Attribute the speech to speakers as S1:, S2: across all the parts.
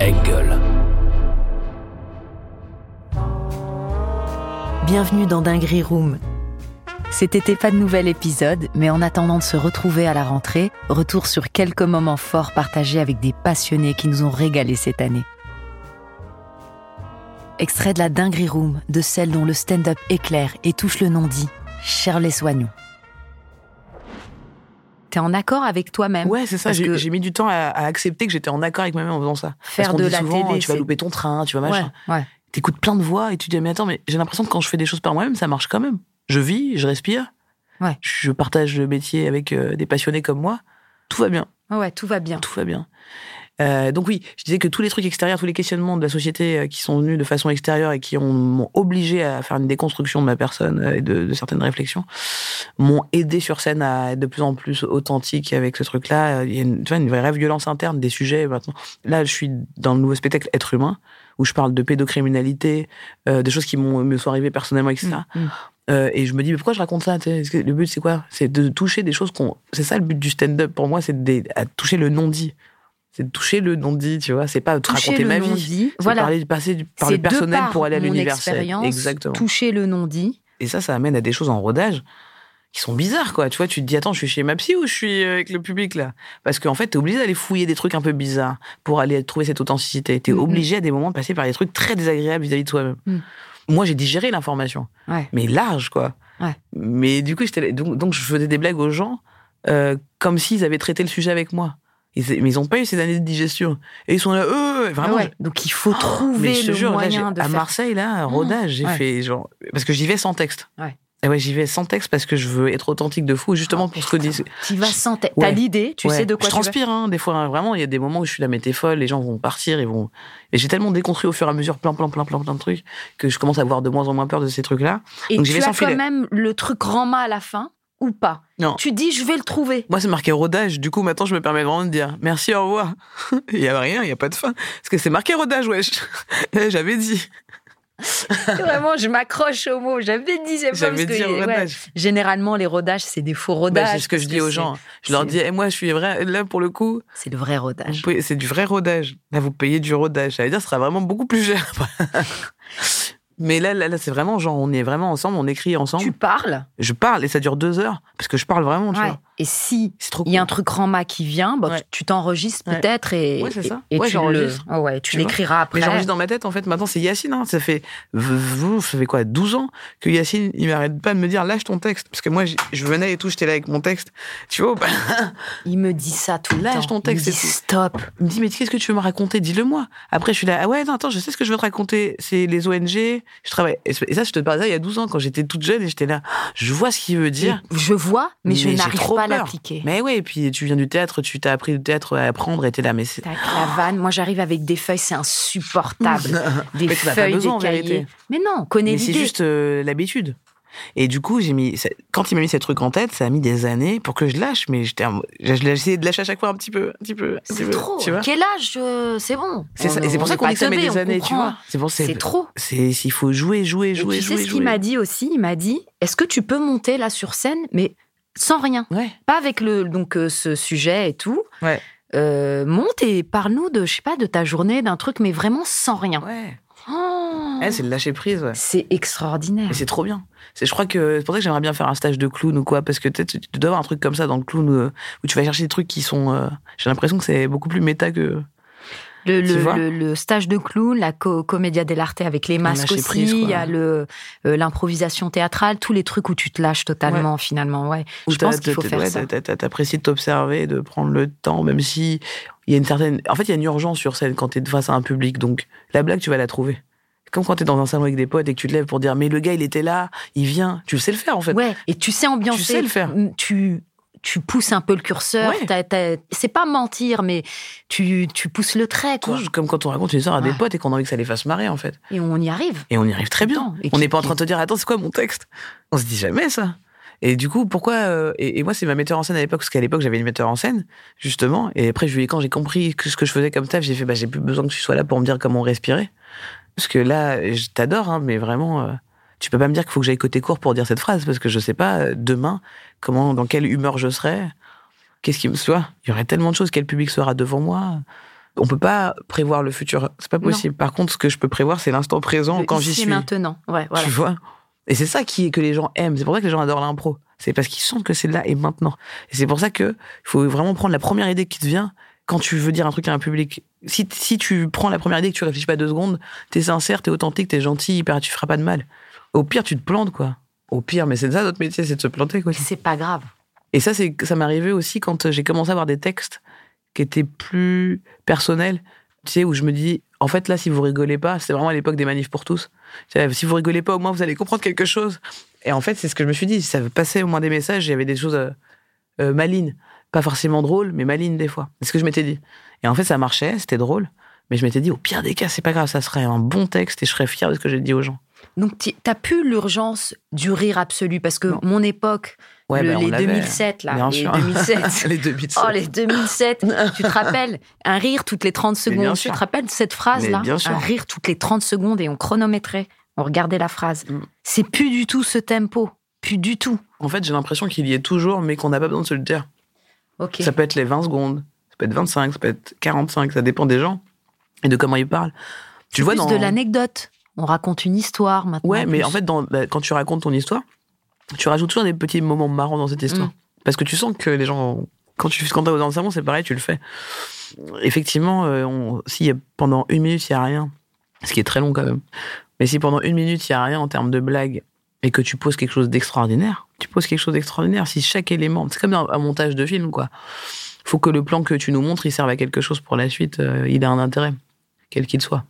S1: Engel.
S2: Bienvenue dans Dinguerie Room. Cet été, pas de nouvel épisode, mais en attendant de se retrouver à la rentrée, retour sur quelques moments forts partagés avec des passionnés qui nous ont régalés cette année. Extrait de la Dinguerie Room, de celle dont le stand-up éclaire et touche le non-dit, Shirley Soignon. T'es en accord avec toi-même
S3: Ouais, c'est ça.
S2: Parce
S3: J'ai
S2: que-
S3: j'ai mis du temps à, à accepter que j'étais en accord avec moi-même en faisant ça.
S2: Faire
S3: Parce qu'on
S2: de
S3: dit
S2: la
S3: souvent,
S2: télé,
S3: Tu vas
S2: c'est-
S3: louper ton train, tu vas
S2: Ouais,
S3: machin.
S2: ouais.
S3: T'écoutes plein de voix et tu te dis, mais attends, mais j'ai l'impression que quand je fais des choses par moi-même, ça marche quand même. Je vis, je respire.
S2: Ouais.
S3: Je partage le métier avec euh, des passionnés comme moi. Tout va bien.
S2: Ouais, ouais, tout va bien.
S3: Tout va bien. Euh, donc oui, je disais que tous les trucs extérieurs, tous les questionnements de la société euh, qui sont venus de façon extérieure et qui ont- m'ont obligé à faire une déconstruction de ma personne euh, et de, de certaines réflexions, m'ont aidé sur scène à être de plus en plus authentique avec ce truc-là. Euh, Il y a une, tu vois, une vraie violence interne des sujets maintenant. Là, je suis dans le nouveau spectacle Être humain, où je parle de pédocriminalité, euh, des choses qui m'ont- me sont arrivées personnellement, etc.
S2: Mm, mm.
S3: Euh, et je me dis, mais pourquoi je raconte ça tu sais Est-ce que Le but, c'est quoi C'est de toucher des choses qu'on. C'est ça le but du stand-up pour moi, c'est de à toucher le non-dit. C'est de toucher le non-dit, tu vois. C'est pas de te
S2: Toucher
S3: raconter
S2: le
S3: ma vie.
S2: non-dit.
S3: C'est
S2: Voilà.
S3: parler du passé, du, par
S2: C'est
S3: le
S2: de
S3: personnel
S2: par
S3: pour aller à
S2: mon
S3: l'universel.
S2: expérience,
S3: Exactement.
S2: Toucher le non-dit.
S3: Et ça, ça amène à des choses en rodage qui sont bizarres, quoi. Tu vois, tu te dis, attends, je suis chez ma psy ou je suis euh, avec le public, là Parce qu'en fait, t'es obligé d'aller fouiller des trucs un peu bizarres pour aller trouver cette authenticité. T'es
S2: Mhm.
S3: obligé à des moments de passer par des trucs très désagréables vis-à-vis de toi-même.
S2: Mhm.
S3: Moi, j'ai digéré l'information,
S2: Ouais.
S3: mais large, quoi.
S2: Ouais.
S3: Mais du coup, j'étais là- donc, donc, je faisais des blagues aux gens euh, comme s'ils avaient traité le sujet avec moi. Ils- mais ils n'ont pas eu ces années de digestion. Et ils sont là, euh, vraiment,
S2: Ah Ouais, Donc il faut
S3: mais
S2: trouver
S3: je te
S2: le
S3: jure, là,
S2: moyen
S3: j'ai-
S2: de
S3: à
S2: faire. Mmh.
S3: Marseille, là, à rodage, j'ai
S2: ouais.
S3: fait genre. Parce que j'y vais sans texte.
S2: Ouais.
S3: Et ouais, j'y vais sans texte parce que je veux être authentique de fou, justement pour ce que disent.
S2: Tu vas sans tête.
S3: Ouais.
S2: T'as l'idée, tu
S3: Ouais.
S2: sais de quoi
S3: Je
S2: tu vas.
S3: transpire, hein, des fois, hein, vraiment, il y a des moments où je suis là, mais t'es folle, les gens vont partir, ils vont. Et j'ai tellement déconstruit au fur et à mesure plein, plein, plein, plein, plein de trucs que je commence à avoir de moins en moins peur de ces trucs-là.
S2: Et
S3: Donc, j'y
S2: tu
S3: vais
S2: as
S3: sans
S2: quand
S3: filet.
S2: même le truc grand mât à la fin ou pas
S3: Non.
S2: Tu dis je vais le trouver.
S3: Moi, c'est marqué rodage, du coup, maintenant, je me permets vraiment de dire merci, au revoir. Il y a rien, il y a pas de fin. Parce que c'est marqué rodage, wesh. J'avais dit.
S2: Vraiment, je m'accroche au mot. J'avais dit c'est pas
S3: J'avais
S2: parce que-
S3: dit
S2: ouais.
S3: rodage.
S2: Généralement les rodages c'est des faux
S3: Bah,
S2: rodages.
S3: c'est ce que je
S2: parce
S3: dis aux
S2: c'est-
S3: gens. Je leur
S2: c'est-
S3: dis, et moi, je suis vrai. Là, pour le coup,
S2: C'est le vrai
S3: vous
S2: rodage.
S3: payez- c'est du vrai rodage. Là, vous payez du rodage. Ça veut dire, que ce sera vraiment beaucoup plus cher. Mais là, là, là, c'est vraiment genre, on est vraiment ensemble, on écrit ensemble.
S2: Tu parles.
S3: Je parle et ça dure deux heures parce que je parle vraiment, tu
S2: Ouais.
S3: vois.
S2: Et si
S3: C'est trop
S2: il y a un
S3: cool.
S2: truc grand mât qui vient, bah, tu-
S3: Ouais.
S2: tu t'enregistres
S3: Ouais.
S2: peut-être et,
S3: Ouais, c'est ça.
S2: et, et
S3: Ouais,
S2: tu le,
S3: j'enregistre.
S2: Ah ouais, tu
S3: Tu vois.
S2: l'écriras après.
S3: Mais j'enregistre dans ma tête, en fait, maintenant, c'est Yacine. hein. Ça, fait, vous, ça fait quoi 12 ans que Yacine, il m'arrête pas de me dire, lâche ton texte. Parce que moi, j- je venais et tout, j'étais là avec mon texte. Tu vois, ou pas
S2: Il me dit ça tout le
S3: Lâche
S2: temps.
S3: ton texte,
S2: Il me
S3: c'est
S2: dit
S3: tout.
S2: stop.
S3: Il me dit, mais qu'est-ce que tu veux me raconter Dis-le-moi. Après, je suis là, ah ouais, non, attends, je sais ce que je veux te raconter. C'est les ONG, je travaille. Et c'est- et ça, je te parlais ça il y a 12 ans, quand j'étais toute jeune, et j'étais là, je vois ce qu'il veut dire.
S2: Et Je vois, mais, je
S3: Mais j'ai
S2: n'arrive
S3: trop
S2: pas à
S3: peur.
S2: l'appliquer.
S3: Mais ouais, et puis tu viens du théâtre, tu t'as appris le théâtre à apprendre, et t'es là, mais c'est.
S2: Tac, la vanne. Moi, j'arrive avec des feuilles, c'est insupportable. Des
S3: Mais tu n'as pas
S2: feuilles,
S3: besoin, en
S2: des cahiers.
S3: vérité.
S2: Mais non, connais
S3: Mais c'est
S2: l'idée.
S3: juste euh, l'habitude. Et du coup, j'ai mis. ça- Quand il m'a mis ces trucs en tête, ça a mis des années pour que je lâche, mais j'étais. en- je- je l'ai essayé de lâcher à chaque fois un petit peu, un petit peu. un petit
S2: C'est
S3: peu,
S2: trop.
S3: Tu vois
S2: Quel âge euh, C'est bon.
S3: C'est ça-
S2: On-
S3: et c'est
S2: on
S3: pour ça
S2: est
S3: qu'on
S2: pas
S3: dit que ça met
S2: teubés,
S3: des
S2: on
S3: années, tu
S2: comprend.
S3: vois. C'est pour
S2: C'est trop.
S3: C'est s'il faut jouer, jouer,
S2: Et
S3: jouer,
S2: tu
S3: jouer.
S2: sais ce qu'il
S3: jouer.
S2: m'a dit aussi Il m'a dit Est-ce que tu peux monter là sur scène, mais sans rien
S3: Ouais.
S2: Pas avec le donc euh, ce sujet et tout.
S3: Ouais.
S2: Euh, monte et parle-nous de je sais pas de ta journée, d'un truc, mais vraiment sans rien.
S3: Ouais.
S2: Oh,
S3: Eh, c'est le lâcher prise, ouais.
S2: c'est extraordinaire.
S3: Et c'est trop bien. C'est, je crois que c'est pour ça que j'aimerais bien faire un stage de clown ou quoi, parce que peut-être tu dois avoir un truc comme ça dans le clown euh, où tu vas chercher des trucs qui sont. euh, j'ai l'impression que c'est beaucoup plus méta que.
S2: Le,
S3: Tu
S2: le-
S3: vois
S2: le- le stage de clown, la co- comédia dell'arte avec les masques
S3: lâcher
S2: aussi,
S3: prise, quoi.
S2: il y a le euh, l'improvisation théâtrale, tous les trucs où tu te lâches totalement finalement, ouais.
S3: où
S2: Je
S3: t'as-
S2: pense qu'il faut
S3: t'as-
S2: faire
S3: ouais,
S2: ça.
S3: t'as- t'as- T'apprécies de t'observer, de prendre le temps, même si il y a une certaine. En fait, il y a une urgence sur scène quand t'es face à un public, donc la blague, tu vas la trouver. Comme quand t'es dans un salon avec des potes et que tu te lèves pour dire mais le gars il était là, il vient, tu sais le faire en fait.
S2: Ouais, et tu sais ambiancer.
S3: Tu sais le faire.
S2: Tu, tu pousses un peu le curseur.
S3: Ouais.
S2: t'as- t'as- C'est pas mentir, mais tu, tu pousses le trait, quoi.
S3: Tout comme quand on raconte une histoire à des
S2: Ouais.
S3: potes et qu'on a envie que ça les fasse marrer en fait.
S2: Et on y arrive.
S3: Et on y arrive très bien.
S2: Attends, et
S3: on
S2: qui-
S3: n'est pas en
S2: qui-
S3: train de te dire, attends, c'est quoi mon texte On se dit jamais ça. Et du coup, pourquoi euh, et, et moi, c'est ma metteur en scène à l'époque, parce qu'à l'époque, j'avais une metteur en scène, justement. Et après, je lui ai- quand j'ai compris que ce que je faisais comme taf, j'ai fait, bah, j'ai plus besoin que tu sois là pour me dire comment respirer. Parce que là, je t'adore, hein, mais vraiment, euh, tu peux pas me dire qu'il faut que j'aille côté court pour dire cette phrase, parce que je sais pas euh, demain comment, dans quelle humeur je serai. Qu'est-ce qui me soit Il y aurait tellement de choses. Quel public sera devant moi On peut pas prévoir le futur, c'est pas possible. Par contre, ce que je peux prévoir, c'est l'instant présent
S2: Le
S3: quand j'y
S2: ici et
S3: suis.
S2: maintenant. Ouais, voilà.
S3: Tu vois Et c'est ça qui est que les gens aiment. C'est pour ça que les gens adorent l'impro. C'est parce qu'ils sentent que c'est là et maintenant. Et c'est pour ça que il faut vraiment prendre la première idée qui te vient quand tu veux dire un truc à un public. Si, si tu prends la première idée et que tu réfléchis pas deux secondes, t'es sincère, t'es authentique, t'es gentil, hyper, tu feras pas de mal. Au pire, tu te plantes, quoi. Au pire, mais c'est ça notre métier, c'est de se planter, quoi.
S2: C'est pas grave.
S3: Et ça, c'est ça m'est arrivé aussi quand euh, j'ai commencé à avoir des textes qui étaient plus personnels, tu sais, où je me dis, en fait, là, si vous rigolez pas, c'est vraiment à l'époque des manifs pour tous. Tu sais, Si vous rigolez pas, au moins, vous allez comprendre quelque chose. Et en fait, c'est ce que je me suis dit. Ça passait au moins des messages, il y avait des choses euh, euh, malines. Pas forcément drôles, mais malines des fois. C'est ce que je m'étais dit. Et en fait, ça marchait, c'était drôle. Mais je m'étais dit, au pire des cas, c'est pas grave, ça serait un bon texte et je serais fier de ce que j'ai dit aux gens.
S2: Donc, tu n'as plus l'urgence du rire absolu parce que
S3: Non.
S2: mon époque,
S3: Ouais,
S2: le-
S3: ben, on
S2: les
S3: l'avait.
S2: 2007, là,
S3: Bien
S2: les
S3: sûr.
S2: 2007.
S3: les 2007.
S2: Oh, les 2007, tu te rappelles Un rire toutes les 30
S3: Mais bien
S2: secondes. Tu
S3: sûr.
S2: te rappelles cette phrase-là
S3: Mais bien sûr.
S2: Un rire toutes les 30 secondes et on chronométrait. On regardait la phrase.
S3: Mm.
S2: C'est plus du tout ce tempo. Plus du tout.
S3: En fait, j'ai l'impression qu'il y est toujours, mais qu'on n'a pas besoin de se le dire.
S2: Ok.
S3: Ça peut être les 20 secondes, ça peut être 25, ça peut être 45, ça dépend des gens et de comment ils parlent. Tu le vois
S2: plus
S3: dans
S2: de l'anecdote. On raconte une histoire maintenant.
S3: Ouais, mais
S2: plus.
S3: en fait dans la- quand tu racontes ton histoire, tu rajoutes toujours des petits moments marrants dans cette histoire
S2: Mm.
S3: parce que tu sens que les gens quand tu quand t'es dans le salon, c'est pareil, tu le fais. Effectivement, euh, on- si y a- pendant une minute, il n'y a rien, ce qui est très long quand même, mais si pendant une minute, il n'y a rien en termes de blague et que tu poses quelque chose d'extraordinaire, tu poses quelque chose d'extraordinaire. Si chaque élément, c'est comme un, un montage de film, quoi. faut que le plan que tu nous montres, il serve à quelque chose pour la suite. euh, il a un intérêt, quel qu'il soit.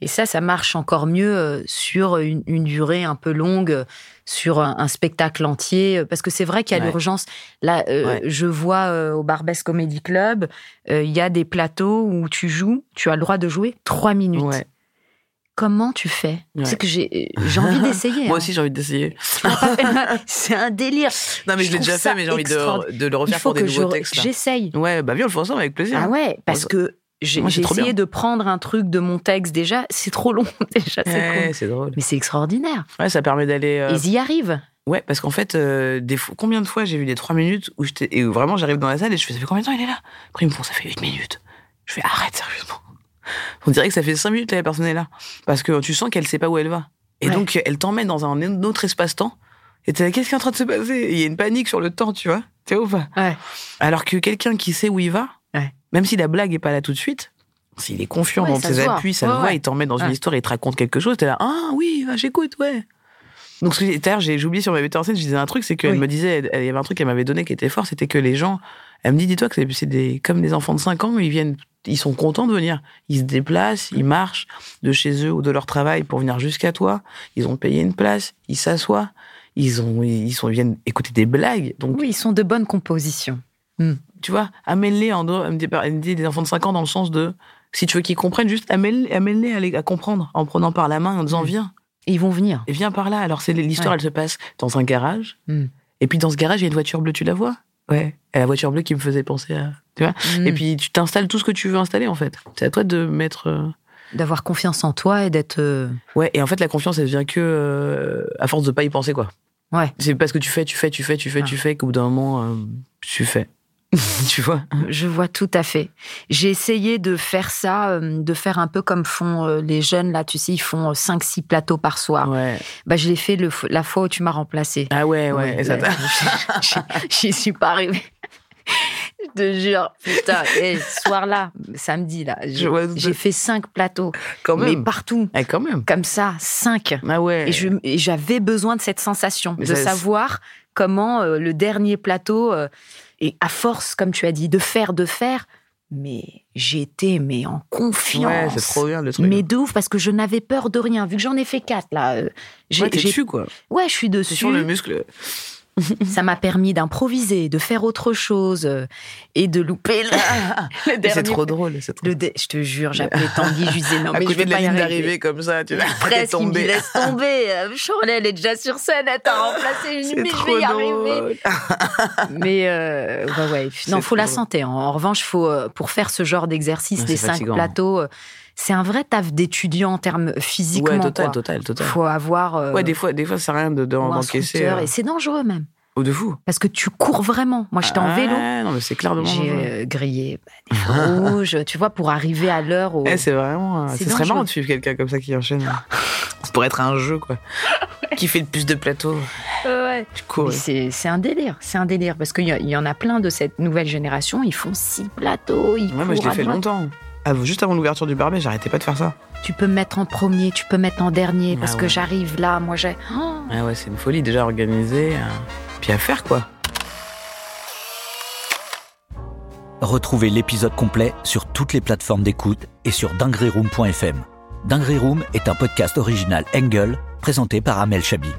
S2: Et ça, ça marche encore mieux euh, sur une, une durée un peu longue, euh, sur un, un spectacle entier, euh, parce que c'est vrai qu'il y a
S3: Ouais.
S2: l'urgence. Là, euh,
S3: Ouais.
S2: je vois euh, au Barbès Comedy Club, euh, il y a des plateaux où tu joues, tu as le droit de jouer trois minutes.
S3: Ouais.
S2: Comment tu fais
S3: Ouais.
S2: C'est que j'ai euh, j'ai envie d'essayer.
S3: Moi
S2: hein.
S3: aussi, j'ai envie d'essayer.
S2: Tu l'as pas fait. c'est un délire.
S3: Non, mais je,
S2: Je
S3: l'ai
S2: trouve
S3: déjà
S2: ça
S3: fait, mais j'ai envie de, de le
S2: Il
S3: refaire
S2: faut
S3: pour des
S2: que
S3: nouveaux
S2: je-
S3: textes. là.
S2: j'essaye.
S3: Ouais, bah viens, on le fait ensemble avec plaisir.
S2: Ah ouais, parce
S3: ça-
S2: que j'ai
S3: Moi, c'est
S2: j'ai
S3: trop
S2: essayé
S3: bien.
S2: de prendre un truc de mon texte déjà, c'est trop long déjà, c'est
S3: Ouais,
S2: con.
S3: c'est drôle.
S2: Mais c'est extraordinaire.
S3: Ouais, ça permet d'aller. euh,
S2: Ils y arrivent.
S3: Ouais, parce qu'en fait, euh, des fois- combien de fois j'ai vu des 3 minutes où j'étais. Et où vraiment, j'arrive dans la salle et je fais Ça fait combien de temps il est là Après, ils me font Ça fait 8 minutes. Je fais Arrête, sérieusement. On dirait que ça fait 5 minutes que la personne est là. Parce que tu sens qu'elle sait pas où elle va. Et
S2: Ouais.
S3: donc, elle t'emmène dans un autre espace-temps. Et t'es là, qu'est-ce qui est en train de se passer Et Il y a une panique sur le temps, tu vois. T'es ou pas
S2: Ouais.
S3: Alors que quelqu'un qui sait où il va,
S2: Ouais.
S3: même si la blague est pas là tout de suite, s'il est confiant
S2: Ouais,
S3: dans
S2: ça
S3: ses
S2: se voit.
S3: appuis, ça
S2: Ouais,
S3: le voit,
S2: ouais.
S3: il t'emmène dans une
S2: Ouais.
S3: histoire, il te raconte quelque chose, t'es là, ah oui, ah, j'écoute, ouais. Donc, ce que j'ai- d'ailleurs, j'ai j'ai oublié sur ma metteur en scène, je disais un truc, c'est qu'elle
S2: Oui.
S3: me disait, elle- il y avait un truc qu'elle m'avait donné qui était fort, c'était que les gens, elle me dit, dis-toi que c'est- c'est des, comme des enfants de 5 ans, ils viennent, ils sont contents de venir. Ils se déplacent, ils marchent de chez eux ou de leur travail pour venir jusqu'à toi. Ils ont payé une place, ils s'assoient, ils ont, ils sont, ils viennent écouter des blagues. Donc,
S2: Oui, ils sont de bonnes compositions.
S3: tu vois, amène-les en dehors, elle me dit- elle me dit des enfants de 5 ans dans le sens de, si tu veux qu'ils comprennent, juste amène-les amène-les à, les- à comprendre en prenant par la main et en disant,
S2: Mm.
S3: viens,
S2: Et ils vont venir.
S3: et viens par là. Alors, c'est l'histoire,
S2: Ouais.
S3: elle se passe dans un garage.
S2: Mm.
S3: Et puis, dans ce garage, il y a une voiture bleue, tu la vois Ouais. Et la voiture bleue qui me faisait penser à. Tu vois Et
S2: Mm.
S3: puis, tu t'installes tout ce que tu veux installer, en fait. C'est à toi de mettre. euh,
S2: D'avoir confiance en toi et d'être. euh,
S3: Ouais, et en fait, la confiance, elle vient que euh, à force de pas y penser, quoi.
S2: Ouais.
S3: C'est parce que tu fais, tu fais, tu fais, tu fais,
S2: Ah.
S3: tu fais, qu'au bout d'un moment, euh, tu fais. tu vois
S2: hein, Je vois tout à fait. J'ai essayé de faire ça, euh, de faire un peu comme font euh, les jeunes là, tu sais, ils font 5-6 plateaux par soir.
S3: Ouais.
S2: Bah, je l'ai fait le f- la fois où tu m'as remplacé.
S3: Ah ouais, ouais. et ça t'a-
S2: J'y suis pas arrivée. Je te jure, putain, hey, ce soir-là, samedi là,
S3: Je
S2: j'ai
S3: vois tout à
S2: j'ai
S3: fait.
S2: fait 5 plateaux,
S3: quand
S2: mais
S3: même.
S2: partout,
S3: Eh, quand même.
S2: comme ça, 5.
S3: Ah ouais.
S2: Et je- et j'avais besoin de cette sensation,
S3: Mais
S2: de
S3: ça-
S2: savoir comment euh, le dernier plateau, euh, et à force, comme tu as dit, de faire, de faire, mais j'étais mais en confiance.
S3: Ouais, c'est trop bien le truc.
S2: mais de ouf, parce que je n'avais peur de rien. Vu que j'en ai fait quatre, là, euh, j'ai-
S3: Ouais, t'es
S2: j'ai-
S3: dessus, quoi.
S2: ouais, je suis
S3: C'est
S2: dessus.
S3: sur le muscle.
S2: Ça m'a permis d'improviser, de faire autre chose euh, et de louper le, le
S3: Mais C'est
S2: dernier.
S3: trop drôle. C'est trop
S2: le dé- je te jure, j'appelais Tanguy, je lui disais non,
S3: à
S2: mais je
S3: côté
S2: vais
S3: de la
S2: pas y
S3: ligne
S2: arriver.
S3: d'arrivée comme ça, tu vas
S2: Presque, il me
S3: tomber.
S2: dit
S3: Ah,
S2: laisse tomber. euh, Shirley, elle est déjà sur scène, elle t'a remplacé. Je dis,
S3: C'est
S2: mais je
S3: trop
S2: vais y arriver.
S3: drôle.
S2: Mais euh, ouais, ouais. puis-
S3: C'est
S2: Non, faut la
S3: trop-
S2: santé. hein. En, en revanche, faut euh, pour faire ce genre d'exercice,
S3: Ouais,
S2: les
S3: c'est
S2: cinq
S3: fatigant.
S2: plateaux, euh, c'est un vrai taf d'étudiant en termes physiquement.
S3: Ouais, total,
S2: quoi.
S3: total, total.
S2: Faut avoir. euh,
S3: Ouais, des fois, des fois, ça sert à rien de, de-
S2: ou un
S3: d'encaisser.
S2: scooter,
S3: euh.
S2: et c'est dangereux même.
S3: Oh, de fou.
S2: Parce que tu cours vraiment. Moi, j'étais en
S3: Ah,
S2: vélo.
S3: Non, mais c'est clair de
S2: J'ai
S3: manger.
S2: euh, grillé bah, des feux rouges, tu vois, pour arriver à l'heure au.
S3: Eh, c'est Ah. vraiment. euh,
S2: C'est
S3: Ce serait
S2: dangereux.
S3: marrant de suivre quelqu'un comme ça qui enchaîne. ça pourrait être un jeu, quoi. Qui fait le plus de plateaux.
S2: Ouais.
S3: Tu cours.
S2: Mais C'est c'est un délire, c'est un délire. Parce qu'il y, a- il y en a plein de cette nouvelle génération, ils font six plateaux, ils
S3: Ouais, moi, je
S2: courent
S3: l'ai
S2: à
S3: fait
S2: droite.
S3: longtemps. Ah, juste avant l'ouverture du barbet, j'arrêtais pas de faire ça.
S2: Tu peux me mettre en premier, tu peux me mettre en dernier, parce
S3: Ah
S2: que
S3: ouais.
S2: j'arrive là, moi j'ai. Oh.
S3: Ouais, ouais, c'est une folie déjà organisée. euh, Puis à faire, quoi.
S1: Retrouvez l'épisode complet sur toutes les plateformes d'écoute et sur dingueryroom.fm. Dinguery Room est un podcast original Engel présenté par Amel Chabi.